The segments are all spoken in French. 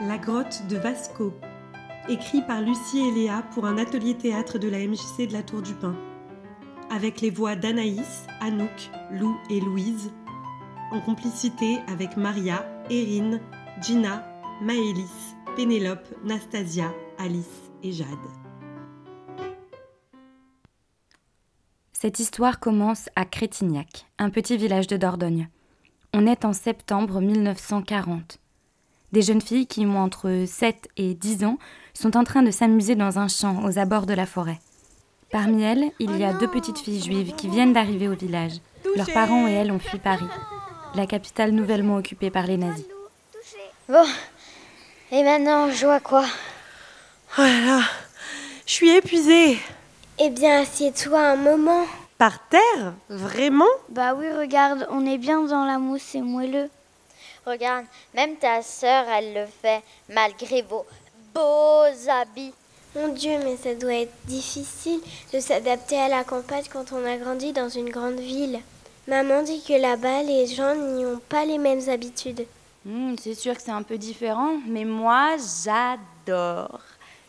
La grotte de Vasco, écrit par Lucie et Léa pour un atelier théâtre de la MJC de la Tour du Pin, avec les voix d'Anaïs, Anouk, Lou et Louise, en complicité avec Maria, Erin, Gina, Maëlys, Pénélope, Nastasia, Alice et Jade. Cette histoire commence à Crétignac, un petit village de Dordogne. On est en septembre 1940. Des jeunes filles qui ont entre 7 et 10 ans sont en train de s'amuser dans un champ aux abords de la forêt. Parmi elles, il y a deux petites filles juives qui viennent d'arriver au village. Leurs parents et elles ont fui Paris, la capitale nouvellement occupée par les nazis. Bon, et maintenant on joue à quoi Oh là là, je suis épuisée. Eh bien, assieds-toi un moment. Par terre Vraiment Bah oui, regarde, on est bien dans la mousse, c'est moelleux. Regarde, même ta sœur, elle le fait, malgré vos beaux habits. Mon Dieu, mais ça doit être difficile de s'adapter à la campagne quand on a grandi dans une grande ville. Maman dit que là-bas, les gens n'y ont pas les mêmes habitudes. Mmh, c'est sûr que c'est un peu différent, mais moi, j'adore.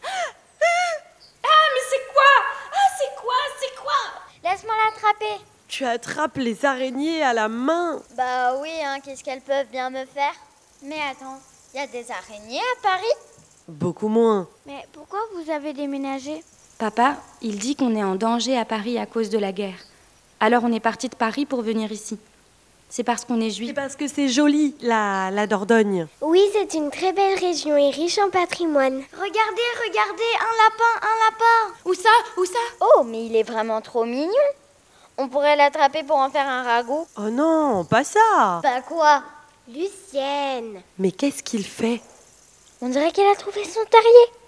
Ah, mais c'est quoi Ah, c'est quoi C'est quoi Laisse-moi l'attraper. Tu attrapes les araignées à la main. Bah oui, hein, qu'est-ce qu'elles peuvent bien me faire Mais attends, il y a des araignées à Paris Beaucoup moins. Mais pourquoi vous avez déménagé Papa, il dit qu'on est en danger à Paris à cause de la guerre. Alors on est parti de Paris pour venir ici. C'est parce qu'on est juif. C'est parce que c'est joli, la, la Dordogne. Oui, c'est une très belle région et riche en patrimoine. Regardez, regardez, un lapin, un lapin Où ça Où ça Oh, mais il est vraiment trop mignon On pourrait l'attraper pour en faire un ragoût. Oh non, pas ça Bah quoi Lucienne Mais qu'est-ce qu'il fait On dirait qu'elle a trouvé son terrier.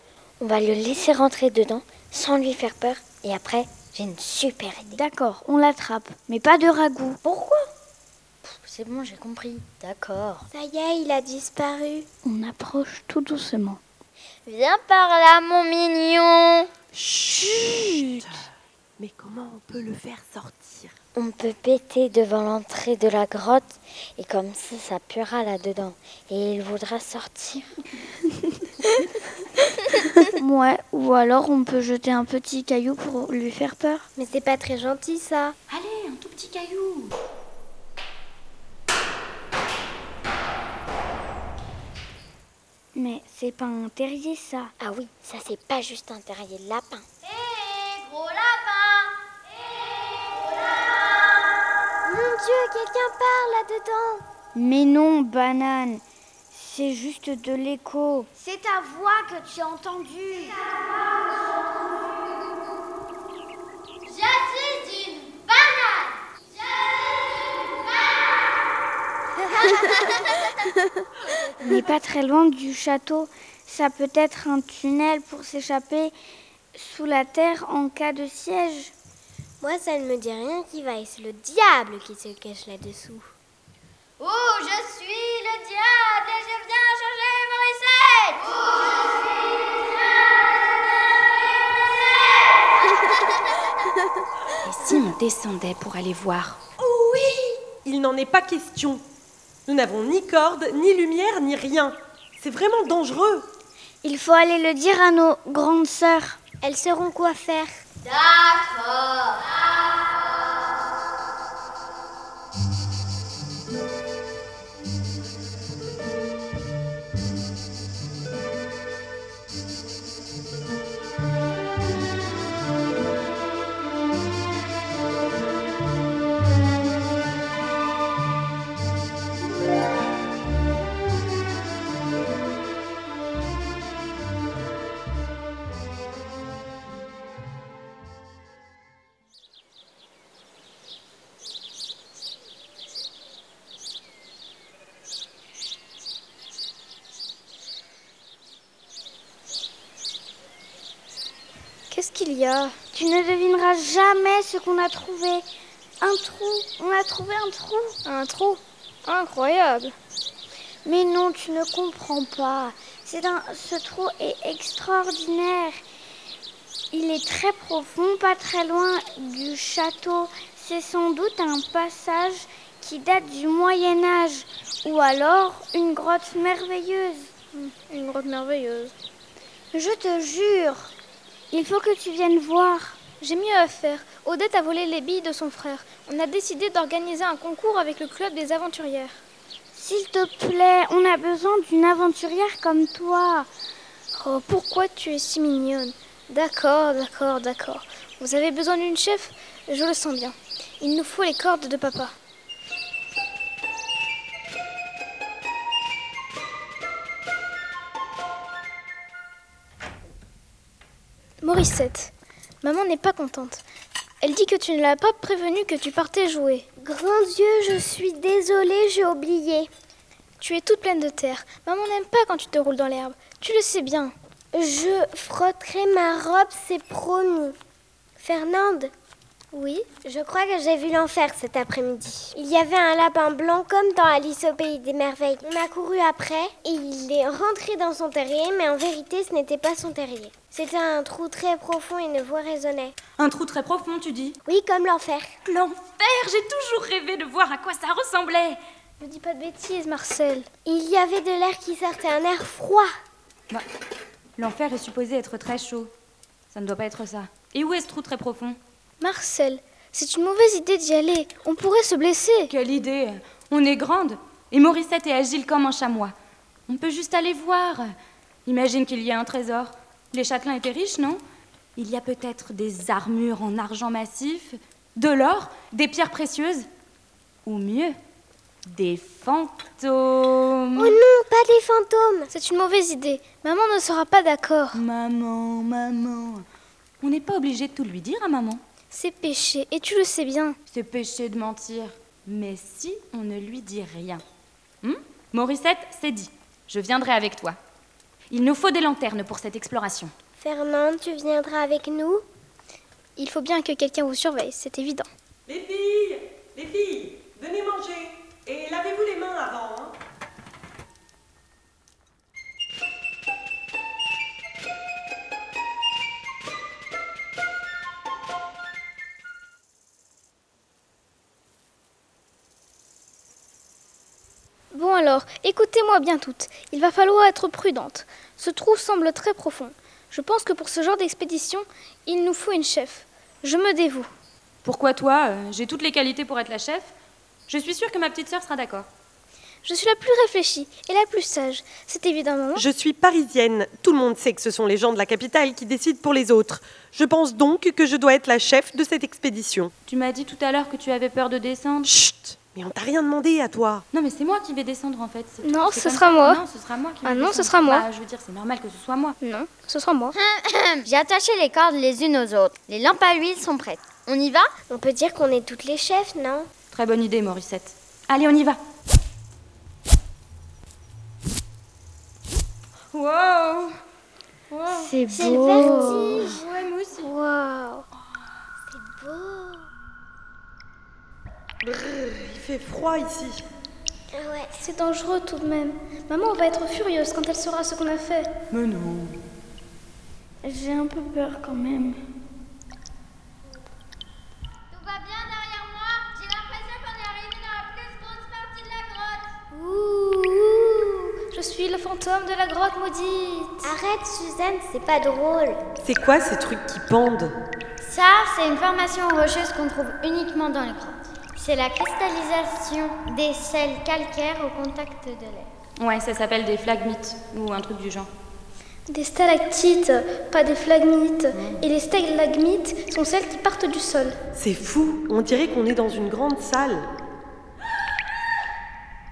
On va le laisser rentrer dedans sans lui faire peur et après, j'ai une super idée. D'accord, on l'attrape, mais pas de ragoût. Pourquoi c'est bon, j'ai compris. D'accord. Ça y est, il a disparu. On approche tout doucement. Viens par là, mon mignon. Chut Mais comment on peut le faire sortir On peut péter devant l'entrée de la grotte et comme ça, ça puera là-dedans. Et il voudra sortir. ouais, ou alors on peut jeter un petit caillou pour lui faire peur. Mais c'est pas très gentil ça. Allez, un tout petit caillou. Mais c'est pas un terrier, ça. Ah oui, ça c'est pas juste un terrier lapin. Hé, hey, gros lapin hey, gros lapin Mon Dieu, quelqu'un parle là-dedans Mais non, banane C'est juste de l'écho. C'est ta voix que tu as entendue Je suis une banane Je suis une banane n'est pas très loin du château. Ça peut être un tunnel pour s'échapper sous la terre en cas de siège. Moi, ça ne me dit rien qui va, et c'est le diable qui se cache là-dessous. Oh, je suis le diable et je viens changer ma recette Oh, je suis le diable et je viens Et si on descendait pour aller voir Oui Il n'en est pas question nous n'avons ni corde, ni lumière, ni rien. C'est vraiment dangereux. Il faut aller le dire à nos grandes sœurs. Elles sauront quoi faire. D'accord. Qu'est-ce qu'il y a Tu ne devineras jamais ce qu'on a trouvé. Un trou. On a trouvé un trou. Un trou Incroyable. Mais non, tu ne comprends pas. C'est un... Ce trou est extraordinaire. Il est très profond, pas très loin du château. C'est sans doute un passage qui date du Moyen Âge ou alors une grotte merveilleuse. Une grotte merveilleuse. Je te jure, il faut que tu viennes voir. J'ai mieux à faire. Odette a volé les billes de son frère. On a décidé d'organiser un concours avec le club des aventurières. S'il te plaît, on a besoin d'une aventurière comme toi. Oh, pourquoi tu es si mignonne D'accord, d'accord, d'accord. Vous avez besoin d'une chef Je le sens bien. Il nous faut les cordes de papa. Morissette, maman n'est pas contente. Elle dit que tu ne l'as pas prévenue que tu partais jouer. Grand Dieu, je suis désolée, j'ai oublié. Tu es toute pleine de terre. Maman n'aime pas quand tu te roules dans l'herbe. Tu le sais bien. Je frotterai ma robe, c'est promis. Fernande Oui Je crois que j'ai vu l'enfer cet après-midi. Il y avait un lapin blanc comme dans Alice au pays des merveilles. On a couru après et il est rentré dans son terrier, mais en vérité ce n'était pas son terrier. C'était un trou très profond et une voix résonnait. Un trou très profond, tu dis Oui, comme l'enfer. L'enfer J'ai toujours rêvé de voir à quoi ça ressemblait Ne dis pas de bêtises, Marcel. Il y avait de l'air qui sortait, un air froid. Bah, L'enfer est supposé être très chaud. Ça ne doit pas être ça. Et où est ce trou très profond Marcel, c'est une mauvaise idée d'y aller. On pourrait se blesser. Quelle idée euh, On est grande. Et Morissette est agile comme un chamois. On peut juste aller voir. Imagine qu'il y a un trésor. Les châtelains étaient riches, non Il y a peut-être des armures en argent massif, de l'or, des pierres précieuses. Ou mieux, des fantômes. Oh non, pas des fantômes. C'est une mauvaise idée. Maman ne sera pas d'accord. Maman, maman. On n'est pas obligé de tout lui dire à maman. C'est péché, et tu le sais bien. C'est péché de mentir. Mais si on ne lui dit rien. Hum Morissette, c'est dit. Je viendrai avec toi. Il nous faut des lanternes pour cette exploration. Fernande, tu viendras avec nous Il faut bien que quelqu'un vous surveille, c'est évident. Les filles Les filles Venez manger Et lavez-vous les mains avant, hein Bon alors, écoutez-moi bien toutes. Il va falloir être prudente. Ce trou semble très profond. Je pense que pour ce genre d'expédition, il nous faut une chef. Je me dévoue. Pourquoi toi Euh, J'ai toutes les qualités pour être la chef. Je suis sûre que ma petite sœur sera d'accord. Je suis la plus réfléchie et la plus sage. C'est évidemment moi. Je suis parisienne. Tout le monde sait que ce sont les gens de la capitale qui décident pour les autres. Je pense donc que je dois être la chef de cette expédition. Tu m'as dit tout à l'heure que tu avais peur de descendre. Chut Mais on t'a rien demandé à toi. Non, mais c'est moi qui vais descendre en fait. c'est tout. Non, C'est ce comme sera ça. moi. Non, ce sera moi qui vais Ah non, ce descendre. sera moi. Bah, je veux dire, c'est normal que ce soit moi. Non, ce sera moi. J'ai attaché les cordes les unes aux autres. Les lampes à huile sont prêtes. On y va On peut dire qu'on est toutes les chefs, non Très bonne idée, Morissette. Allez, on y va. Wow C'est J'ai Oh. le vertige. Ouais, moi aussi. Waouh C'est beau Il fait froid ici. Ah ouais. C'est dangereux tout de même. Maman va être furieuse quand elle saura ce qu'on a fait. Mais non. J'ai un peu peur quand même. Tout va bien derrière moi J'ai l'impression qu'on est arrivé dans la plus grosse partie de la grotte. Ouh, ouh, je suis le fantôme de la grotte maudite. Arrête, Suzanne, c'est pas drôle. C'est quoi ces trucs qui pendent Ça, c'est une formation rocheuse qu'on trouve uniquement dans les grottes. C'est la cristallisation des sels calcaires au contact de l'air. Ouais, ça s'appelle des flagmites ou un truc du genre. Des stalactites, pas des flagmites. Mmh. Et les stalagmites sont celles qui partent du sol. C'est fou. On dirait qu'on est dans une grande salle.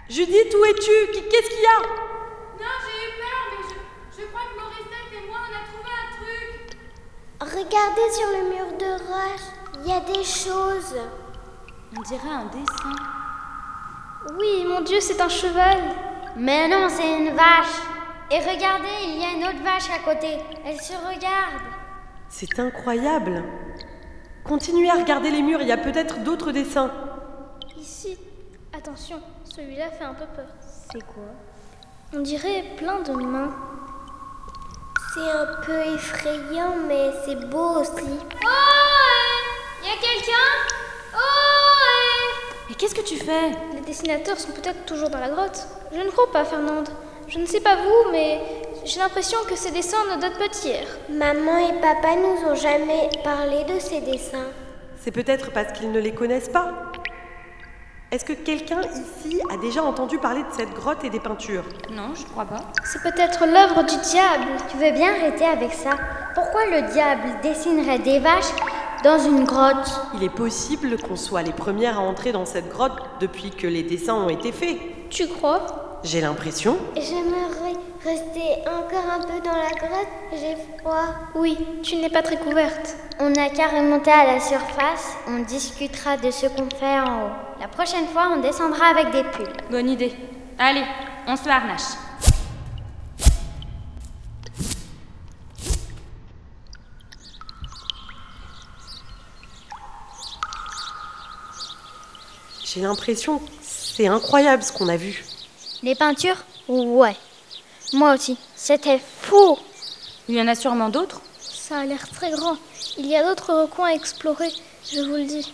Judith, où es-tu Qui- Qu'est-ce qu'il y a Non, j'ai eu peur, mais je, je crois que Morissette et moi, on a trouvé un truc. Regardez sur le mur de roche, il y a des choses. On dirait un dessin. Oui, mon Dieu, c'est un cheval. Mais non, c'est une vache. Et regardez, il y a une autre vache à côté. Elle se regarde. C'est incroyable. Continuez à regarder les murs, il y a peut-être d'autres dessins. Ici, attention, celui-là fait un peu peur. C'est quoi On dirait plein de mains. C'est un peu effrayant, mais c'est beau aussi. Oh eh, y a quelqu'un Oh eh. Mais qu'est-ce que tu fais Les dessinateurs sont peut-être toujours dans la grotte. Je ne crois pas, Fernande. Je ne sais pas vous, mais j'ai l'impression que ces dessins ne datent pas d'hier. Maman et papa nous ont jamais parlé de ces dessins. C'est peut-être parce qu'ils ne les connaissent pas. Est-ce que quelqu'un ici a déjà entendu parler de cette grotte et des peintures Non, je crois pas. C'est peut-être l'œuvre du diable. Tu veux bien arrêter avec ça Pourquoi le diable dessinerait des vaches dans une grotte Il est possible qu'on soit les premières à entrer dans cette grotte depuis que les dessins ont été faits. Tu crois J'ai l'impression. J'aimerais rester encore un peu dans la grotte, j'ai froid. Oui, tu n'es pas très couverte. On n'a qu'à remonter à la surface, on discutera de ce qu'on fait en haut. La prochaine fois, on descendra avec des pulls. Bonne idée. Allez, on se harnache. J'ai l'impression que c'est incroyable ce qu'on a vu. Les peintures Ouais. Moi aussi. C'était fou Il y en a sûrement d'autres. Ça a l'air très grand. Il y a d'autres recoins à explorer, je vous le dis.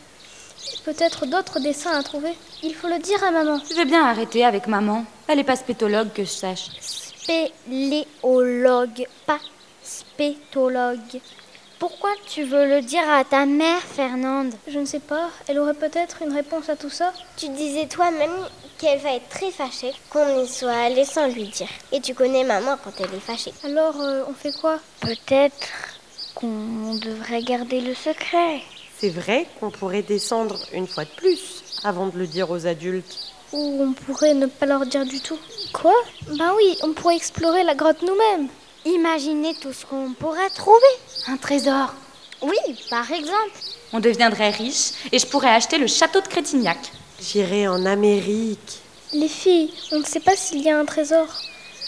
Peut-être d'autres dessins à trouver. Il faut le dire à maman. Je vais bien arrêter avec maman. Elle n'est pas spétologue que je sache. Spéléologue, pas spétologue. Pourquoi tu veux le dire à ta mère, Fernande Je ne sais pas. Elle aurait peut-être une réponse à tout ça. Tu disais toi-même qu'elle va être très fâchée qu'on y soit allé sans lui dire. Et tu connais maman quand elle est fâchée. Alors, euh, on fait quoi Peut-être qu'on devrait garder le secret. C'est vrai qu'on pourrait descendre une fois de plus avant de le dire aux adultes. Ou on pourrait ne pas leur dire du tout. Quoi Ben oui, on pourrait explorer la grotte nous-mêmes. Imaginez tout ce qu'on pourrait trouver. Un trésor. Oui, par exemple. On deviendrait riche et je pourrais acheter le château de Crétignac. J'irai en Amérique. Les filles, on ne sait pas s'il y a un trésor,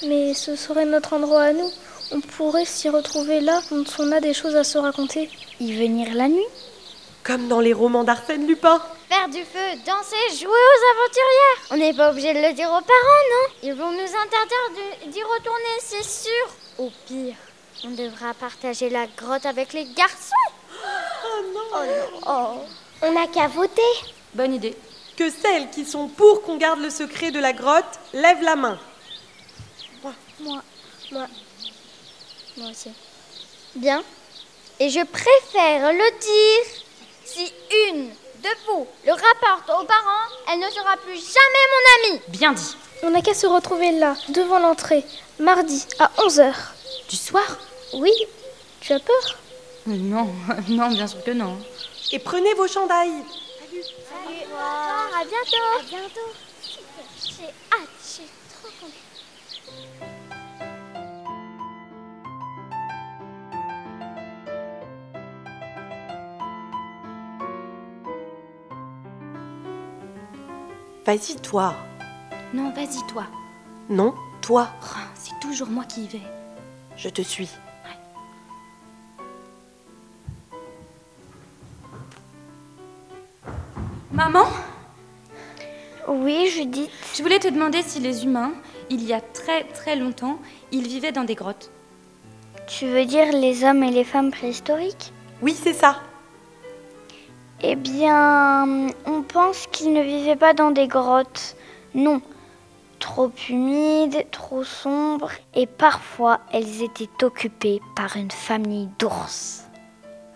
mais ce serait notre endroit à nous. On pourrait s'y retrouver là quand on a des choses à se raconter. Y venir la nuit Comme dans les romans d'Arsène Lupin. Faire du feu, danser, jouer aux aventurières. On n'est pas obligé de le dire aux parents, non Ils vont nous interdire de- d'y retourner, c'est sûr. Au pire, on devra partager la grotte avec les garçons. Oh On n'a qu'à voter. Bonne idée. Que celles qui sont pour qu'on garde le secret de la grotte lèvent la main. Moi, Moi aussi. Bien. Et je préfère le dire. Si une de vous le rapporte aux parents, elle ne sera plus jamais mon amie. Bien dit. on n'a qu'à se retrouver là, devant l'entrée, mardi à 11h. Du soir Oui, tu as peur Euh, Non, non, bien sûr que non. Et prenez vos chandails. Salut. à bientôt. À bientôt. J'ai hâte, j'ai trop contente. Vas-y, toi. Non, vas-y, toi. Non, toi. Oh, c'est toujours moi qui y vais. Je te suis. Maman Oui, Judith. Je voulais te demander si les humains, il y a très très longtemps, ils vivaient dans des grottes. Tu veux dire les hommes et les femmes préhistoriques Oui, c'est ça. Eh bien, on pense qu'ils ne vivaient pas dans des grottes. Non. Trop humides, trop sombres, et parfois elles étaient occupées par une famille d'ours.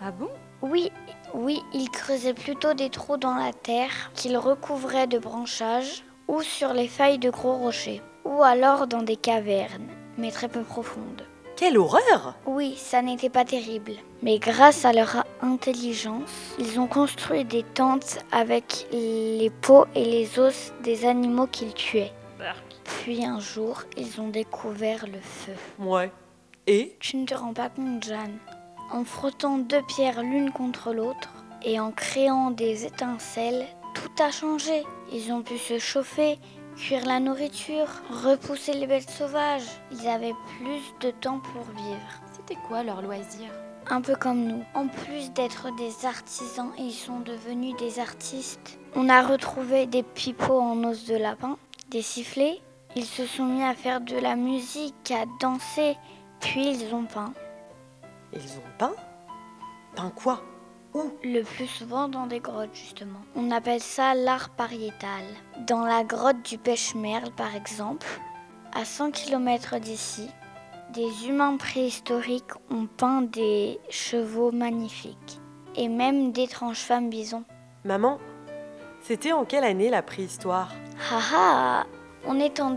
Ah bon Oui, oui, ils creusaient plutôt des trous dans la terre qu'ils recouvraient de branchages ou sur les failles de gros rochers, ou alors dans des cavernes, mais très peu profondes. Quelle horreur Oui, ça n'était pas terrible. Mais grâce à leur intelligence, ils ont construit des tentes avec les peaux et les os des animaux qu'ils tuaient. Puis un jour, ils ont découvert le feu. Ouais. Et Tu ne te rends pas compte, Jeanne. En frottant deux pierres l'une contre l'autre et en créant des étincelles, tout a changé. Ils ont pu se chauffer, cuire la nourriture, repousser les bêtes sauvages. Ils avaient plus de temps pour vivre C'était quoi leur loisir un peu comme nous. En plus d'être des artisans, ils sont devenus des artistes. On a retrouvé des pipeaux en os de lapin, des sifflets. Ils se sont mis à faire de la musique, à danser, puis ils ont peint. Ils ont peint Peint quoi Le plus souvent dans des grottes, justement. On appelle ça l'art pariétal. Dans la grotte du Pêche-Merle, par exemple, À 100 km d'ici, des humains préhistoriques ont peint des chevaux magnifiques et même d'étranges femmes bisons. Maman, c'était en quelle année la préhistoire Haha, on est en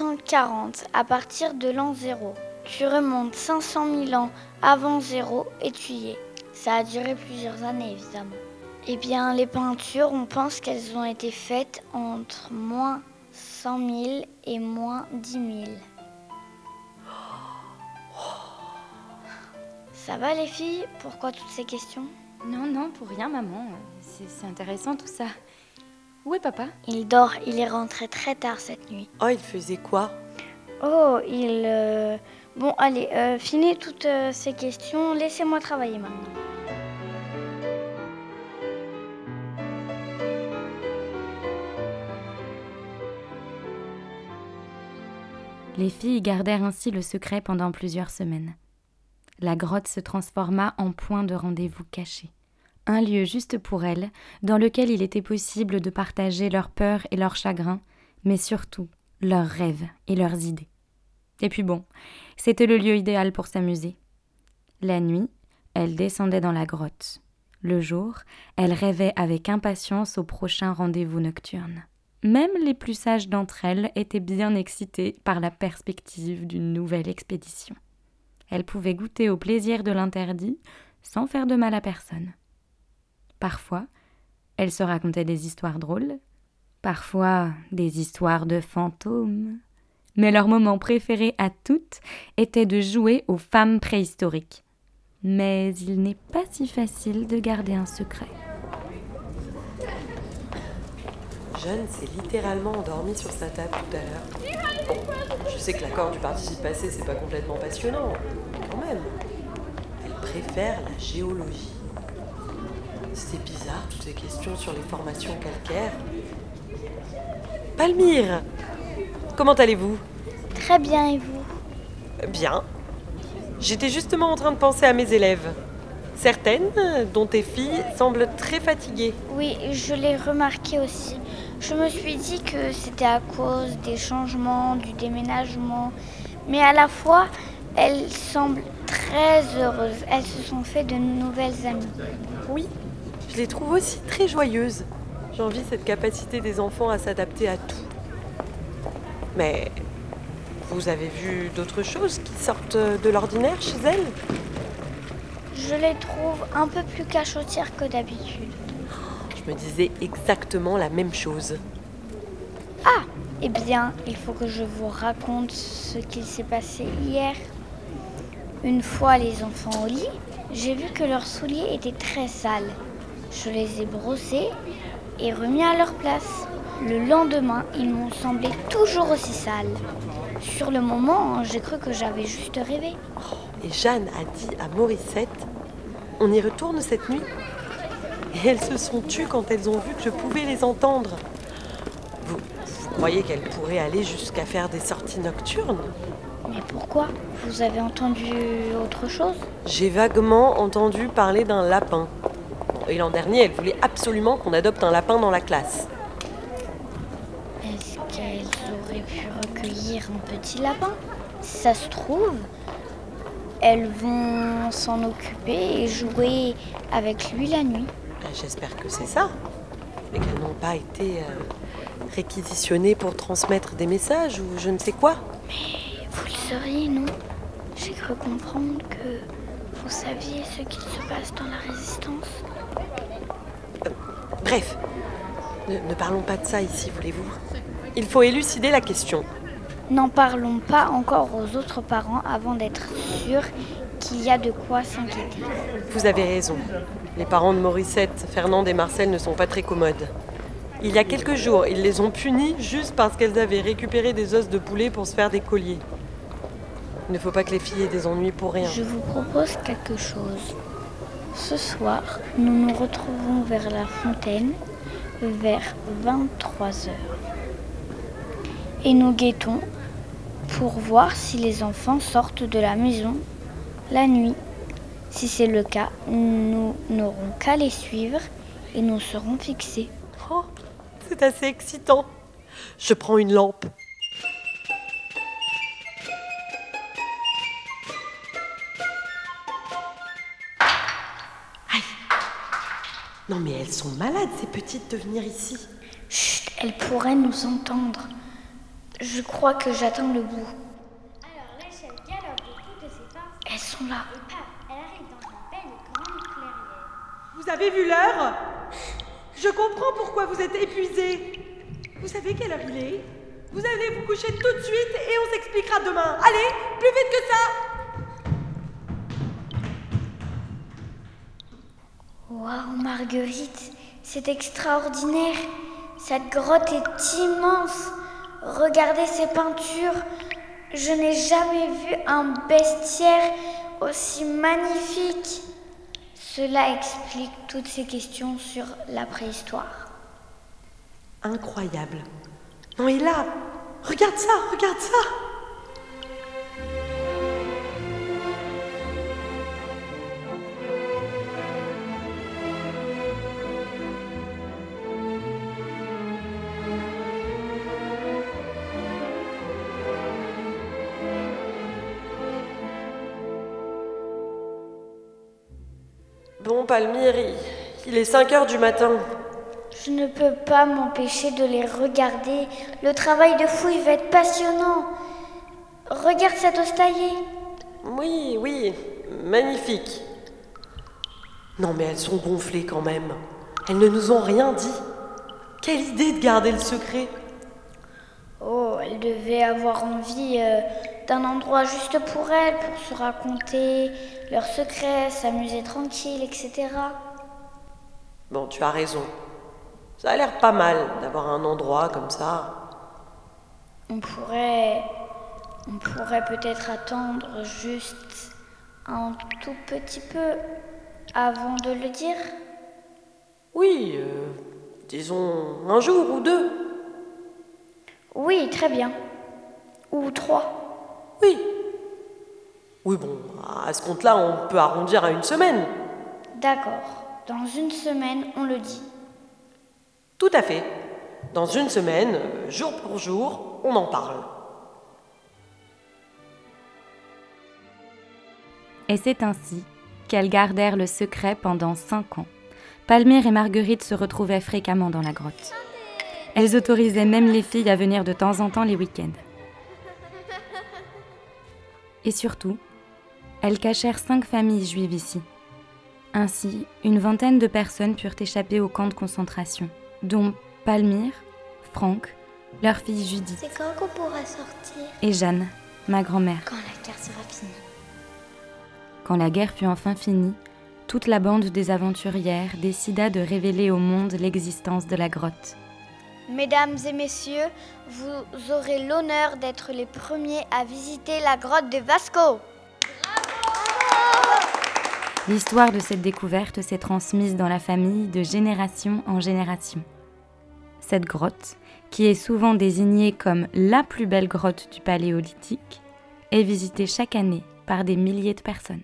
1940, à partir de l'an 0. Tu remontes 500 000 ans avant zéro et tu y es. Ça a duré plusieurs années, évidemment. Eh bien, les peintures, on pense qu'elles ont été faites entre moins 100 000 et moins 10 000. Ça va les filles Pourquoi toutes ces questions Non, non, pour rien, maman. C'est c'est intéressant tout ça. Où est papa Il dort, il est rentré très tard cette nuit. Oh, il faisait quoi Oh, il... euh, Bon, allez, euh, finis toutes euh, ces questions, laissez-moi travailler maintenant. Les filles gardèrent ainsi le secret pendant plusieurs semaines. La grotte se transforma en point de rendez-vous caché, un lieu juste pour elles, dans lequel il était possible de partager leurs peurs et leurs chagrins, mais surtout leurs rêves et leurs idées. Et puis bon, c'était le lieu idéal pour s'amuser. La nuit, elles descendaient dans la grotte. Le jour, elles rêvaient avec impatience au prochain rendez-vous nocturne. Même les plus sages d'entre elles étaient bien excitées par la perspective d'une nouvelle expédition. Elles pouvaient goûter au plaisir de l'interdit sans faire de mal à personne. Parfois, elles se racontaient des histoires drôles, parfois des histoires de fantômes. Mais leur moment préféré à toutes était de jouer aux femmes préhistoriques. Mais il n'est pas si facile de garder un secret. Jeanne s'est littéralement endormie sur sa table tout à l'heure. Bon, je sais que l'accord du participe passé, c'est pas complètement passionnant, mais quand même. Elle préfère la géologie. C'était bizarre, toutes ces questions sur les formations calcaires. Palmyre Comment allez-vous Très bien, et vous Bien. J'étais justement en train de penser à mes élèves. Certaines, dont tes filles, semblent très fatiguées. Oui, je l'ai remarqué aussi. Je me suis dit que c'était à cause des changements, du déménagement, mais à la fois, elles semblent très heureuses. Elles se sont fait de nouvelles amies. Oui, je les trouve aussi très joyeuses. J'envie cette capacité des enfants à s'adapter à tout. Mais vous avez vu d'autres choses qui sortent de l'ordinaire chez elles Je les trouve un peu plus cachotières que d'habitude. Je me disais exactement la même chose. Ah Eh bien, il faut que je vous raconte ce qu'il s'est passé hier. Une fois les enfants au lit, j'ai vu que leurs souliers étaient très sales. Je les ai brossés et remis à leur place. Le lendemain, ils m'ont semblé toujours aussi sales. Sur le moment, j'ai cru que j'avais juste rêvé. Et Jeanne a dit à Morissette On y retourne cette nuit Et elles se sont tues quand elles ont vu que je pouvais les entendre. Vous, vous croyez qu'elles pourraient aller jusqu'à faire des sorties nocturnes Mais pourquoi Vous avez entendu autre chose J'ai vaguement entendu parler d'un lapin. Et l'an dernier, elle voulait absolument qu'on adopte un lapin dans la classe. Est-ce qu'elles auraient pu recueillir un petit lapin Si ça se trouve, elles vont s'en occuper et jouer avec lui la nuit. Ben, J'espère que c'est ça. Mais qu'elles n'ont pas été euh, réquisitionnées pour transmettre des messages ou je ne sais quoi. Vous le sauriez, non J'ai cru comprendre que vous saviez ce qu'il se passe dans la résistance. Bref, ne, ne parlons pas de ça ici, voulez-vous Il faut élucider la question. N'en parlons pas encore aux autres parents avant d'être sûr qu'il y a de quoi s'inquiéter. Vous avez raison. Les parents de Morissette, Fernande et Marcel ne sont pas très commodes. Il y a quelques jours, ils les ont punis juste parce qu'elles avaient récupéré des os de poulet pour se faire des colliers. Il ne faut pas que les filles aient des ennuis pour rien. Je vous propose quelque chose. Ce soir, nous nous retrouvons vers la fontaine vers 23 heures. Et nous guettons pour voir si les enfants sortent de la maison la nuit. Si c'est le cas, nous n'aurons qu'à les suivre et nous serons fixés. Oh, c'est assez excitant. Je prends une lampe. Non, mais elles sont malades, ces petites, de venir ici. Chut, elles pourraient nous entendre. Je crois que j'attends le bout. Alors Rachel galope de toutes ses forces. Elles sont là. Et paf, elle arrive dans une belle et grande clairière. Vous avez vu l'heure Je comprends pourquoi vous êtes épuisés. Vous savez quelle heure il est Vous allez vous coucher tout de suite et on s'expliquera demain. Allez, plus vite que ça Waouh, Marguerite, c'est extraordinaire. Cette grotte est immense. Regardez ces peintures. Je n'ai jamais vu un bestiaire aussi magnifique. Cela explique toutes ces questions sur la préhistoire. Incroyable. Non, et là, regarde ça, regarde ça. Bon, Palmieri, il est 5 heures du matin. Je ne peux pas m'empêcher de les regarder. Le travail de fouille va être passionnant. Regarde cette os taillée. Oui, oui, magnifique. Non, mais elles sont gonflées quand même. Elles ne nous ont rien dit. Quelle idée de garder le secret. Oh, elle devait avoir envie euh, d'un endroit juste pour elle, pour se raconter leurs secrets, s'amuser tranquille, etc. Bon, tu as raison. Ça a l'air pas mal d'avoir un endroit comme ça. On pourrait, on pourrait peut-être attendre juste un tout petit peu avant de le dire. Oui, euh, disons un jour ou deux. Oui, très bien. Ou trois. Oui. Oui, bon, à ce compte-là, on peut arrondir à une semaine. D'accord. Dans une semaine, on le dit. Tout à fait. Dans une semaine, euh, jour pour jour, on en parle. Et c'est ainsi qu'elles gardèrent le secret pendant cinq ans. Palmyre et Marguerite se retrouvaient fréquemment dans la grotte. Elles autorisaient même les filles à venir de temps en temps les week-ends. Et surtout, elles cachèrent cinq familles juives ici. Ainsi, une vingtaine de personnes purent échapper au camp de concentration, dont Palmyre, Franck, leur fille Judith C'est quand qu'on pourra sortir et Jeanne, ma grand-mère. Quand la guerre sera finie. Quand la guerre fut enfin finie, toute la bande des aventurières décida de révéler au monde l'existence de la grotte. Mesdames et messieurs, vous aurez l'honneur d'être les premiers à visiter la grotte de Vasco. L'histoire de cette découverte s'est transmise dans la famille de génération en génération. Cette grotte, qui est souvent désignée comme la plus belle grotte du Paléolithique, est visitée chaque année par des milliers de personnes.